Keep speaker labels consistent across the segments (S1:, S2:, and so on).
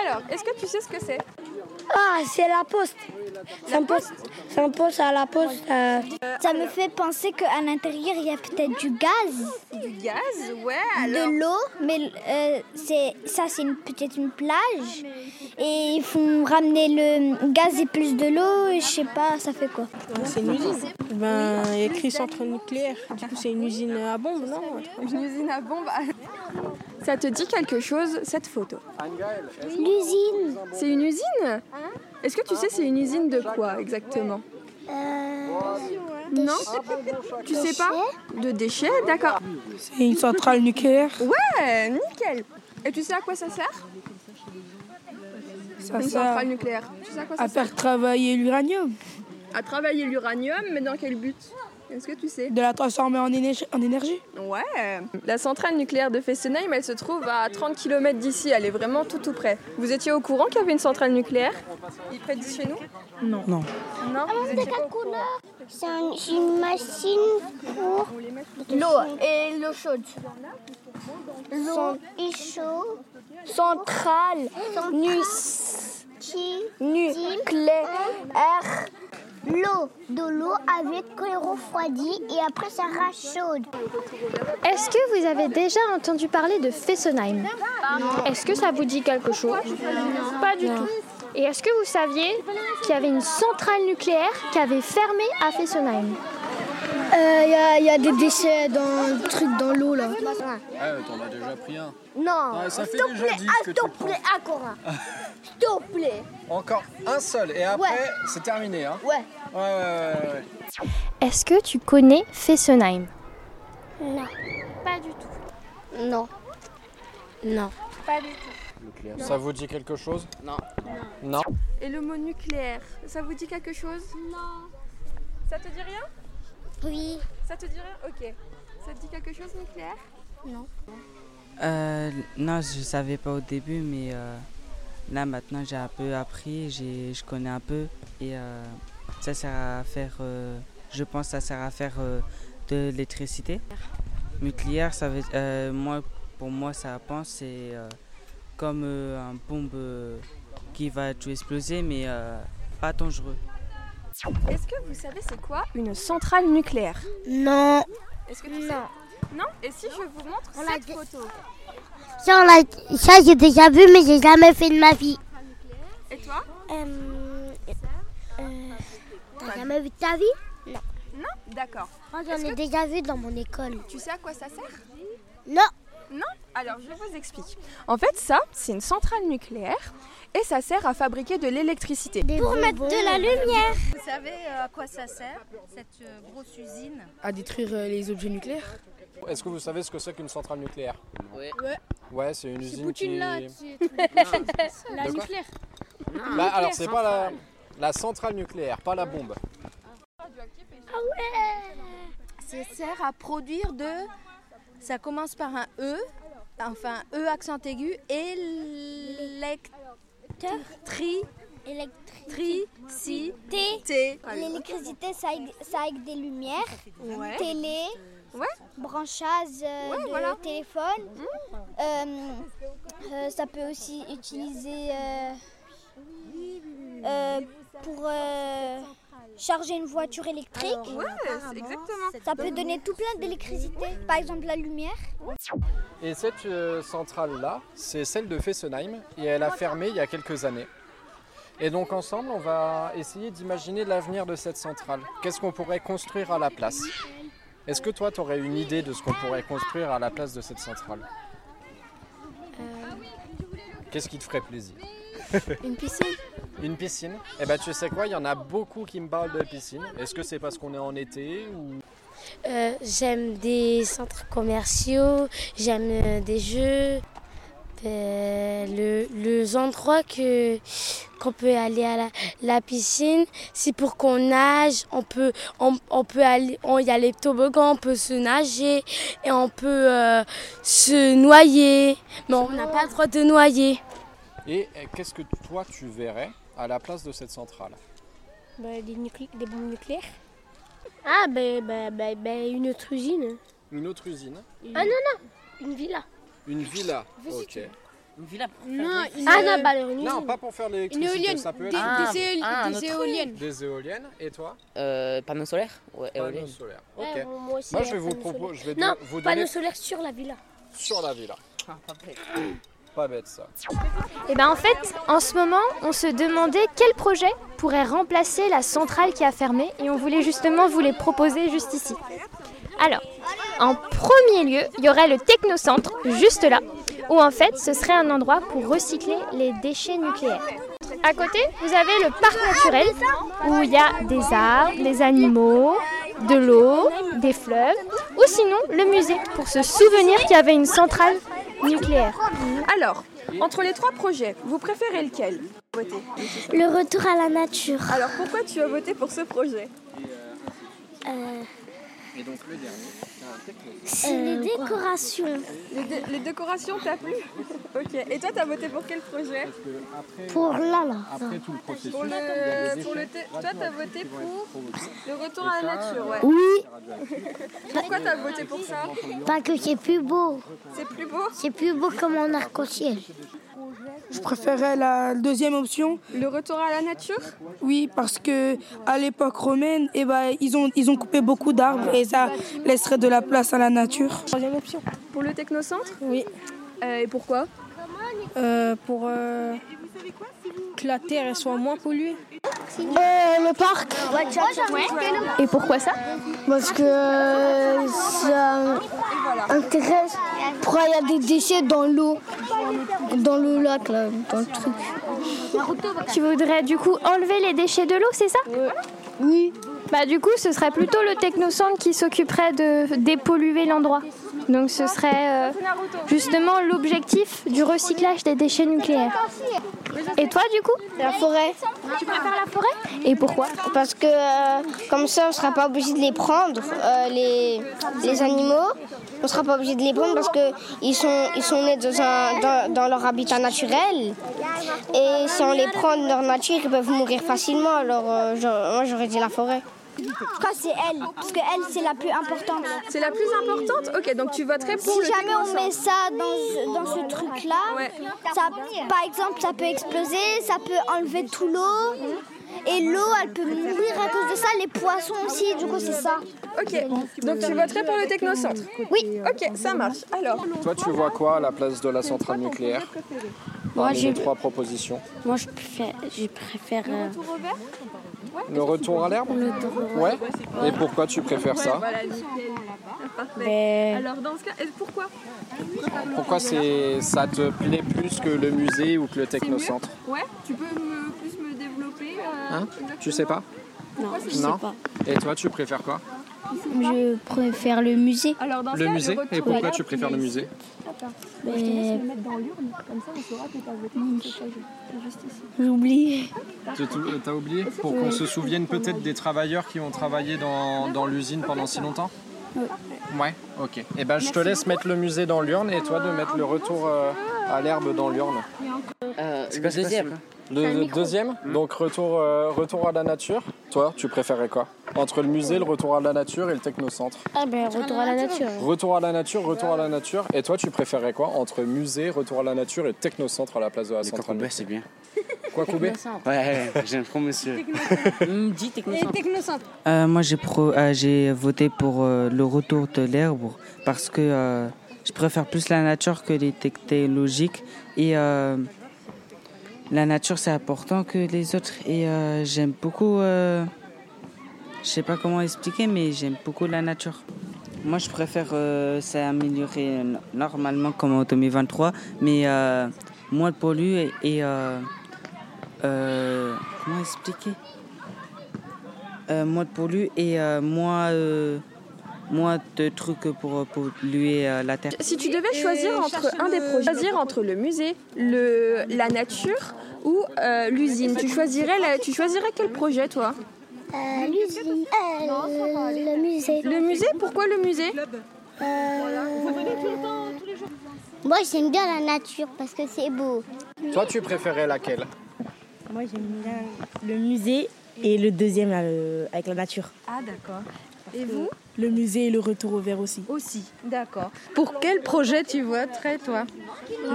S1: Alors, est-ce que tu sais ce que c'est
S2: Ah, c'est la poste. C'est un poste, c'est un poste à la poste. euh.
S3: Ça me fait penser qu'à l'intérieur, il y a peut-être du gaz,
S1: Du gaz Ouais, alors.
S3: de l'eau, mais euh, c'est ça, c'est une- peut-être une plage. Et ils font ramener le gaz et plus de l'eau, et je sais pas, ça fait quoi
S4: C'est une usine. Ben, il y a écrit centre nucléaire. Du coup, c'est une usine à bombe, non
S1: Une usine à bombes. Ah. Ça te dit quelque chose, cette photo
S3: L'usine,
S1: C'est une usine Est-ce que tu sais c'est une usine de quoi exactement Non Tu sais pas De déchets D'accord.
S4: C'est une centrale nucléaire.
S1: Ouais, nickel Et tu sais à quoi ça sert
S4: Ça
S1: Une
S4: sert
S1: centrale nucléaire. Tu sais à quoi ça
S4: à
S1: sert
S4: faire travailler l'uranium,
S1: À travailler l'uranium, mais dans quel but Est-ce que tu sais
S4: de la transformer en, énergie- en énergie.
S1: Ouais. La centrale nucléaire de Fessenheim, elle se trouve à 30 km d'ici. Elle est vraiment tout tout près. Vous étiez au courant qu'il y avait une centrale nucléaire Près de chez nous
S4: Non. Non.
S1: Non. vous étiez pas au courant.
S5: C'est un- une machine pour
S3: l'eau et l'eau chaude.
S5: l'eau et chaud
S3: Centrale,
S5: qui
S3: nucléaire.
S5: l'eau de l'eau avec que refroidit et après ça rachaude.
S6: Est-ce que vous avez déjà entendu parler de Fessenheim Est-ce que ça vous dit quelque chose Pas du tout. Et est-ce que vous saviez qu'il y avait une centrale nucléaire qui avait fermé à Fessenheim
S2: Il Euh, y, a- y a des déchets dans le truc dans l'eau là.
S7: Ah, t'en as déjà pris un.
S5: Non,
S7: Ouais, ça fait déjà dix que tu prends.
S5: encore un. S'il te plaît.
S7: Encore un seul, et après, c'est terminé. Hein.
S5: Ouais.
S7: Ouais, ouais, ouais, ouais.
S6: Est-ce que tu connais Fessenheim
S5: Non.
S6: Pas du tout.
S5: Non. Non.
S7: Ça vous dit quelque chose Non. Non.
S1: Et le mot nucléaire, ça vous dit quelque chose Non. Ça te dit rien
S5: Oui.
S1: Ça te dit rien Ok. Ça te dit quelque chose nucléaire
S8: Euh, non, je savais pas au début, mais euh, là maintenant j'ai un peu appris, j'ai, je connais un peu et euh, ça sert à faire, euh, je pense, que ça sert à faire euh, de l'électricité. Nucléaire, ça veut, euh, moi, pour moi, ça pense c'est euh, comme euh, un bombe euh, qui va tout exploser, mais euh, pas dangereux.
S1: Est-ce que vous savez c'est quoi une centrale nucléaire
S2: Non.
S1: Est-ce que tu sais Non Et si je vous montre
S5: On l'a
S1: cette
S5: dit.
S1: photo
S5: Ça, on l'a- ça, j'ai déjà vu, mais j'ai jamais fait de ma vie.
S1: Et toi
S5: Euh, T'as jamais vu de ta vie
S1: Non D'accord.
S5: Moi, j'en ai déjà vu dans mon école.
S1: Tu sais à quoi ça sert
S5: Non.
S1: Alors, je vous explique. En fait, ça, c'est une centrale nucléaire et ça sert à fabriquer de l'électricité.
S5: Pour mettre de la lumière.
S9: Vous savez euh, à quoi ça sert, cette euh, grosse usine
S4: À détruire euh, les objets nucléaires.
S7: Est-ce que vous savez ce que c'est qu'une centrale nucléaire
S8: Ouais.
S7: Ouais. Ouais, c'est une usine qui...
S9: La
S7: De quoi
S9: nucléaire.
S7: Là, alors, c'est pas la... la centrale nucléaire, pas la bombe.
S9: Ça sert à produire de. Ça commence par un E, enfin E accent aigu, électricité.
S5: L'électricité, ça, avec- ça avec des lumières,
S1: Ouais.
S5: télé,
S1: Ouais.
S5: branchage euh,
S1: Ouais,
S5: de
S1: voilà.
S5: téléphone. Euh, euh, ça peut aussi utiliser euh, euh, pour euh, charger une voiture électrique.
S1: Ouais, c'est- exactement.
S5: Ça peut donner tout plein d'électricité, par exemple la lumière.
S7: Et cette euh, centrale-là, c'est celle de Fessenheim, et elle a fermé il y a quelques années. Et donc ensemble, on va essayer d'imaginer l'avenir de cette centrale. Qu'est-ce qu'on pourrait construire à la place Est-ce que toi, tu aurais une idée de ce qu'on pourrait construire à la place de cette centrale
S9: Euh.
S7: Qu'est-ce qui te ferait plaisir
S9: Une piscine
S7: Une piscine Eh ben tu sais quoi, il y en a beaucoup qui me parlent de piscine. Est-ce que c'est parce qu'on est en été ou...
S2: Euh, j'aime des centres commerciaux, j'aime euh, des jeux, euh, le, les endroits que qu'on peut aller à la, la piscine, c'est pour qu'on nage, on peut on, on peut aller, on y a les toboggans, on peut se nager et on peut euh, se noyer, mais on n'a pas le droit de noyer.
S7: Et euh, qu'est-ce que toi, tu verrais à la place de cette centrale
S2: Bah, des, bombes nucléaires. Ah ben une autre usine,
S7: Ah, Une autre usine
S2: une villa.
S7: Une villa. Ok.
S10: Une villa pour faire
S11: Non,
S10: des-
S11: ils-
S10: Ah,
S11: euh,
S10: non, bah, alors, une
S7: Non,
S10: usine.
S7: pas pour faire de
S11: Une éolienne,
S7: l'électricité, ça peut
S11: des-
S7: être...
S11: des éoli-
S10: Ah, un
S11: des
S10: autre.
S11: éoliennes.
S7: Des éoliennes, et toi
S10: Euh, panneaux solaires Ouais,
S7: Panneaux
S10: éoliennes.
S7: solaires. Ok.
S2: Ouais, bon, moi aussi,
S7: Moi,
S2: il y
S7: je
S2: a
S7: vais vous,
S2: panneaux
S7: propos...
S2: solaires.
S7: je vais
S2: Non,
S7: de- vous
S2: panneaux
S7: donner
S2: solaires sur la villa.
S7: sur la villa. Pas bête, ça.
S6: Et ben en fait, en ce moment, on se demandait quel projet pourrait remplacer la centrale qui a fermé et on voulait justement vous les proposer juste ici. Alors, en premier lieu, il y aurait le technocentre juste là, où en fait, ce serait un endroit pour recycler les déchets nucléaires. À côté, vous avez le parc naturel où il y a des arbres, des animaux, de l'eau, des fleuves, ou sinon le musée pour se souvenir qu'il y avait une centrale nucléaire.
S1: Alors, entre les trois projets, vous préférez lequel Voter.
S5: Le retour à la nature.
S1: Alors pourquoi tu as voté pour ce projet
S5: Euh,
S7: Et donc, le dernier,
S5: c'est les décorations.
S1: Les, dé- les décorations, t'as plu Ok. Et toi, t'as voté pour quel projet
S5: Pour Lala.
S7: Après tout le processus,
S1: Pour
S7: il y a des
S1: le, pour le
S7: déchets
S1: thé- toi, t'as voté pour le retour à la nature,
S7: euh,
S1: ouais.
S5: Oui,
S1: Pourquoi t'as voté pour ça
S5: parce que c'est plus beau.
S1: C'est plus beau
S5: C'est plus beau comme un arc-en-ciel.
S12: Je préférais la deuxième option.
S1: Le retour à la nature
S12: Oui, parce que à l'époque romaine, eh ben, ils, ont, ils ont coupé beaucoup d'arbres et ça laisserait de la place à la nature.
S1: Troisième option. Pour le technocentre Euh,
S4: Oui.
S1: et pourquoi
S4: Pour euh, que la terre elle soit moins polluée.
S13: Euh,
S11: le parc.
S13: Et pourquoi ça Parce que euh, ça intéresse. Pourquoi il y a des déchets dans l'eau Dans le lac, là, dans le truc.
S6: Tu voudrais du coup enlever les déchets de l'eau, c'est ça Oui. Bah du coup, ce serait plutôt le technocentre qui s'occuperait de dépolluer l'endroit. Donc ce serait euh, justement l'objectif du recyclage des déchets nucléaires. Et toi du coup
S13: La forêt.
S6: Tu préfères la forêt
S13: Et pourquoi Parce que euh, comme ça, on ne sera pas obligé de les prendre, euh, les, les animaux. On ne sera pas obligé de les prendre parce qu'ils sont, ils sont nés dans, un- dans- dans leur habitat naturel. Et si on les prend de leur nature, ils peuvent mourir facilement. Alors euh, je- moi, j'aurais dit la forêt.
S3: Quoi, c'est elle Parce que elle, c'est la plus importante.
S1: C'est la plus importante Ok, donc tu voterais pour
S3: si
S1: le
S3: jamais on
S1: technocentre.
S3: met ça dans ce, dans ce truc-là, ça, par exemple, ça peut exploser, ça peut enlever tout l'eau. Et l'eau, elle peut mourir à cause de ça, les poissons aussi, du coup, c'est ça.
S1: Ok, donc tu voterais pour le technocentre Oui. Ok, ça marche. Alors,
S7: Toi, tu vois quoi à la place de la centrale nucléaire
S1: Moi,
S7: Parmi
S1: j'ai-
S7: les trois propositions.
S14: Moi, je préfère. Je préfère euh,
S7: Le retour à l'herbe Ouais. Et pourquoi tu préfères ça
S1: Parfait.
S14: ben,
S1: Alors dans ce cas, et pourquoi
S7: Pourquoi c'est ça te plaît plus que le musée ou que le technocentre
S1: Ouais, tu peux me, plus me développer euh,
S7: Hein Tu sais pas
S1: Pourquoi c'est mieux
S7: Non. Et toi, tu préfères quoi
S14: je préfère le musée.
S1: Alors,
S7: Le musée Et pourquoi tu préfères le musée
S14: J'oublie.
S7: Tu as oublié Pour qu'on se souvienne peut-être des travailleurs qui ont travaillé dans, dans l'usine pendant si longtemps Ouais, ok. Et ben je te laisse mettre le musée dans l'urne et toi de mettre le retour euh, à l'herbe dans l'urne.
S10: Euh,
S7: C'est
S10: le
S7: quoi, c'est pas
S10: deuxième.
S7: Le, le deuxième, donc retour, euh, retour à la nature. Toi, tu préférais quoi Entre le musée, le retour à la nature et le technocentre.
S14: Ah ben, retour à la nature.
S7: Retour à la nature, retour à la nature. Et toi, tu préférais quoi Entre musée, retour à la nature et technocentre à la place de la centrale
S15: c'est bien.
S7: Quoi couper
S15: Ouais, j'aime trop monsieur.
S10: Dit technocentre.
S8: Euh, moi, j'ai pro- euh, j'ai voté pour euh, le retour de l'herbe parce que euh, je préfère plus la nature que les technologiques. Et euh, la nature, c'est important que les autres. Et euh, j'aime beaucoup. euh, je sais pas comment expliquer, mais j'aime beaucoup la nature. Moi, je préfère euh, ça améliorer euh, normalement comme en 2023, mais euh, moins pollu et. et, euh, euh, comment expliquer euh, moins de pollu et euh, moins, euh, moins de trucs pour euh, polluer euh, la terre.
S1: Si tu devais choisir entre un des projets, choisir entre le musée, le, la nature ou euh, l'usine, tu choisirais, la- tu choisirais quel projet toi
S3: Euh,
S5: le musée.
S1: Le musée Pourquoi le musée
S5: Moi, j'aime bien la nature parce que c'est beau.
S7: Toi, tu préférais laquelle
S16: Moi, j'aime bien le musée et le deuxième là, le- avec la nature.
S9: Ah, d'accord. Et vous
S16: Le musée et le retour au vert aussi.
S9: Aussi, d'accord. Pour quel projet tu voterais, toi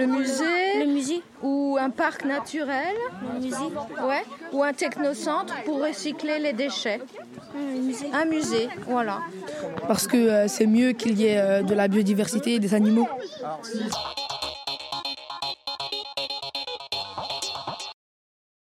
S9: Le musée.
S17: Le musée.
S9: Ou un parc naturel. Ouais. Ou un technocentre pour recycler les déchets. Un Ah, musée, voilà.
S4: Parce que euh, c'est mieux qu'il y ait euh, de la biodiversité et des animaux.